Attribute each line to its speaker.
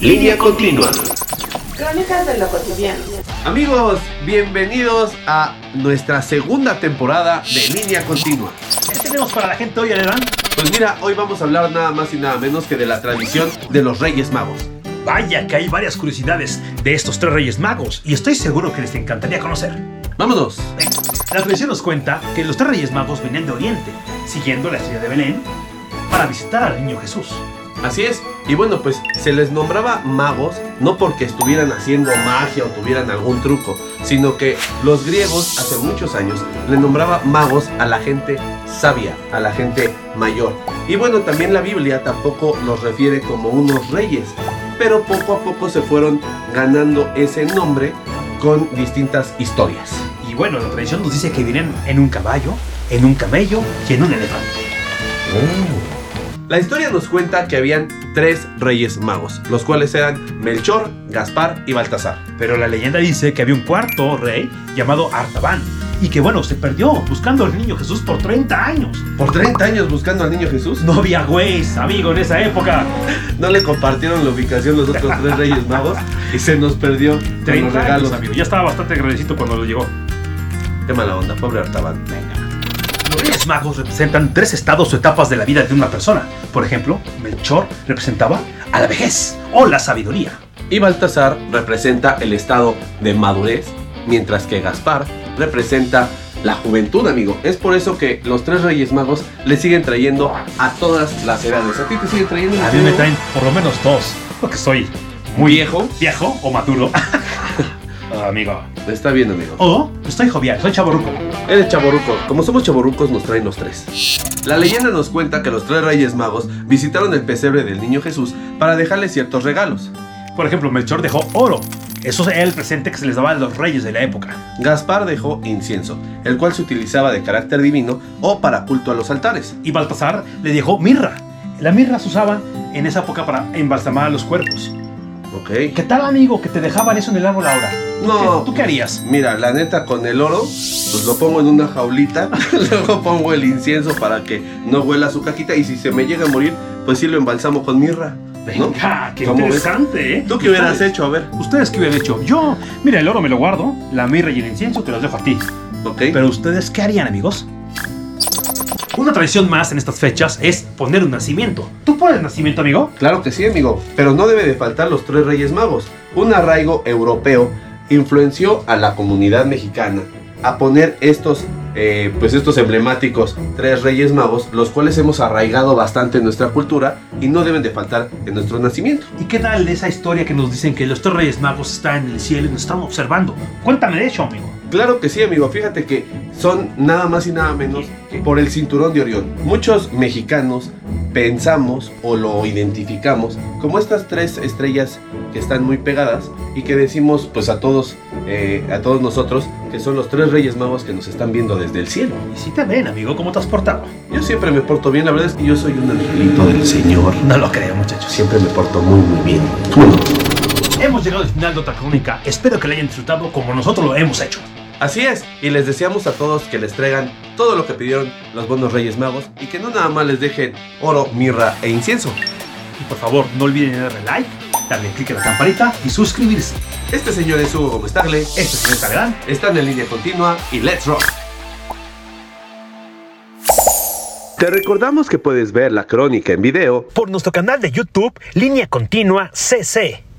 Speaker 1: Línea continua.
Speaker 2: Crónicas de lo cotidiano.
Speaker 1: Amigos, bienvenidos a nuestra segunda temporada de Línea Continua.
Speaker 3: ¿Qué tenemos para la gente hoy, Alemán?
Speaker 1: Pues mira, hoy vamos a hablar nada más y nada menos que de la tradición de los Reyes Magos.
Speaker 3: Vaya que hay varias curiosidades de estos tres reyes magos y estoy seguro que les encantaría conocer.
Speaker 1: Vámonos.
Speaker 3: La tradición nos cuenta que los tres reyes magos venían de Oriente, siguiendo la estrella de Belén, para visitar al niño Jesús.
Speaker 1: Así es. Y bueno, pues se les nombraba magos no porque estuvieran haciendo magia o tuvieran algún truco, sino que los griegos hace muchos años le nombraba magos a la gente sabia, a la gente mayor. Y bueno, también la Biblia tampoco los refiere como unos reyes, pero poco a poco se fueron ganando ese nombre con distintas historias.
Speaker 3: Y bueno, la tradición nos dice que vienen en un caballo, en un camello y en un elefante.
Speaker 1: La historia nos cuenta que habían tres reyes magos, los cuales eran Melchor, Gaspar y Baltasar.
Speaker 3: Pero la leyenda dice que había un cuarto rey llamado Artaban y que bueno, se perdió buscando al niño Jesús por 30 años.
Speaker 1: Por 30 años buscando al niño Jesús,
Speaker 3: No había güeyes, amigo, en esa época.
Speaker 1: no le compartieron la ubicación los otros tres reyes magos y se nos perdió con los
Speaker 3: 30
Speaker 1: regalos.
Speaker 3: años, amigo. Ya estaba bastante agradecido cuando lo llegó.
Speaker 1: Qué mala onda, pobre Artaban.
Speaker 3: Venga. Los Reyes Magos representan tres estados o etapas de la vida de una persona. Por ejemplo, Melchor representaba a la vejez o la sabiduría.
Speaker 1: Y Baltasar representa el estado de madurez, mientras que Gaspar representa la juventud, amigo. Es por eso que los tres reyes magos le siguen trayendo a todas las edades. ¿A ti te siguen trayendo?
Speaker 3: A mí me traen por lo menos dos, porque soy
Speaker 1: muy viejo.
Speaker 3: viejo o maduro. Ah, amigo.
Speaker 1: Está bien, amigo.
Speaker 3: O estoy jovial, soy chaborruco.
Speaker 1: Eres chaboruco. Como somos chaborucos, nos traen los tres. La leyenda nos cuenta que los tres reyes magos visitaron el pesebre del niño Jesús para dejarle ciertos regalos.
Speaker 3: Por ejemplo, Melchor dejó oro. Eso era el presente que se les daba a los reyes de la época.
Speaker 1: Gaspar dejó incienso, el cual se utilizaba de carácter divino o para culto a los altares.
Speaker 3: Y Baltasar le dejó mirra. La mirra se usaba en esa época para embalsamar a los cuerpos.
Speaker 1: Ok.
Speaker 3: ¿Qué tal, amigo, que te dejaban eso en el árbol ahora?
Speaker 1: No.
Speaker 3: ¿Tú qué harías?
Speaker 1: Mira, la neta con el oro, pues lo pongo en una jaulita, luego pongo el incienso para que no huela su cajita y si se me llega a morir, pues sí lo embalsamo con mirra. ¿no?
Speaker 3: Venga, qué
Speaker 1: ¿Cómo ves?
Speaker 3: interesante, ¿eh?
Speaker 1: ¿Tú qué hubieras
Speaker 3: ¿Ustedes?
Speaker 1: hecho? A ver,
Speaker 3: ¿Ustedes qué hubieran hecho? Yo, mira, el oro me lo guardo, la mirra y el incienso te los dejo a ti.
Speaker 1: ok.
Speaker 3: Pero ¿ustedes qué harían, amigos? Una tradición más en estas fechas es poner un nacimiento. ¿Tú pones nacimiento, amigo?
Speaker 1: Claro que sí, amigo, pero no debe de faltar los tres reyes magos. Un arraigo europeo influenció a la comunidad mexicana a poner estos, eh, pues estos emblemáticos tres reyes magos, los cuales hemos arraigado bastante en nuestra cultura y no deben de faltar en nuestro nacimiento.
Speaker 3: ¿Y qué tal esa historia que nos dicen que los tres reyes magos están en el cielo y nos están observando? Cuéntame de eso, amigo.
Speaker 1: Claro que sí, amigo. Fíjate que son nada más y nada menos que por el cinturón de Orión. Muchos mexicanos pensamos o lo identificamos como estas tres estrellas que están muy pegadas y que decimos pues a todos, eh, a todos nosotros, que son los tres reyes magos que nos están viendo desde el cielo.
Speaker 3: Y si te ven, amigo, ¿cómo te has portado?
Speaker 1: Yo siempre me porto bien, la verdad es que yo soy un angelito del Señor.
Speaker 3: No lo creo, muchachos.
Speaker 1: Siempre me porto muy, muy bien. Tú no.
Speaker 3: Hemos llegado al final de otra crónica. Espero que la hayan disfrutado como nosotros lo hemos hecho.
Speaker 1: Así es, y les deseamos a todos que les traigan todo lo que pidieron los buenos Reyes Magos y que no nada más les dejen oro, mirra e incienso.
Speaker 3: Y por favor, no olviden darle like, darle clic a la campanita y suscribirse.
Speaker 1: Este señor es Hugo Gómez Tagle,
Speaker 3: Este es el Instagram.
Speaker 1: están en línea continua y let's rock. Te recordamos que puedes ver la crónica en video
Speaker 3: Por nuestro canal de YouTube, Línea Continua CC.